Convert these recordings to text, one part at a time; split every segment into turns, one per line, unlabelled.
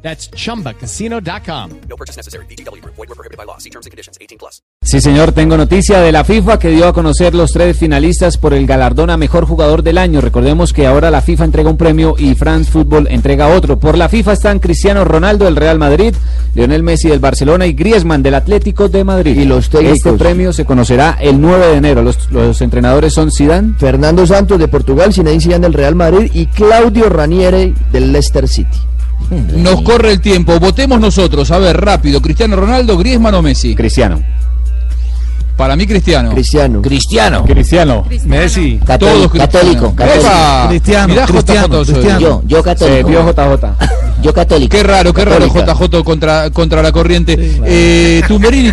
That's chumbacasino.com.
No purchase necessary. BGW. Void were prohibited by law. See terms and conditions. 18 plus.
Sí, señor, tengo noticia de la FIFA que dio a conocer los tres finalistas por el galardón a mejor jugador del año. Recordemos que ahora la FIFA entrega un premio y France Football entrega otro. Por la FIFA están Cristiano Ronaldo del Real Madrid, Lionel Messi del Barcelona y Griezmann del Atlético de Madrid. Y los Este premio se conocerá el 9 de enero. Los, los entrenadores son Zidane,
Fernando Santos de Portugal, Zinedine Zidane del Real Madrid y Claudio Ranieri del Leicester City.
Nos corre el tiempo, votemos nosotros. A ver, rápido, Cristiano Ronaldo, Griezmann o Messi.
Cristiano,
Para mí Cristiano.
Cristiano.
Cristiano.
Cristiano, Messi,
Todos
católico,
Cristiano. ¡Epa!
Cristiano,
Mirá
Cristiano,
JJ soy.
Cristiano.
Yo, yo
se
católico.
dio JJ.
Yo católico.
Qué raro, qué raro
Católica.
JJ contra, contra la corriente. Eh, Tumberini,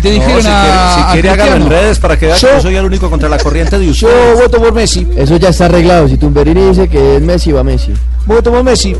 te dijeron
si
a,
quiere,
a
si quiere hágalo en
Ah, Cristiano.
redes para que vea que
Yo-
no soy el único contra la corriente de
Yo
ustedes.
voto por Messi.
Eso ya está arreglado. Si Tumberini dice que es Messi, va Messi.
Voto por Messi.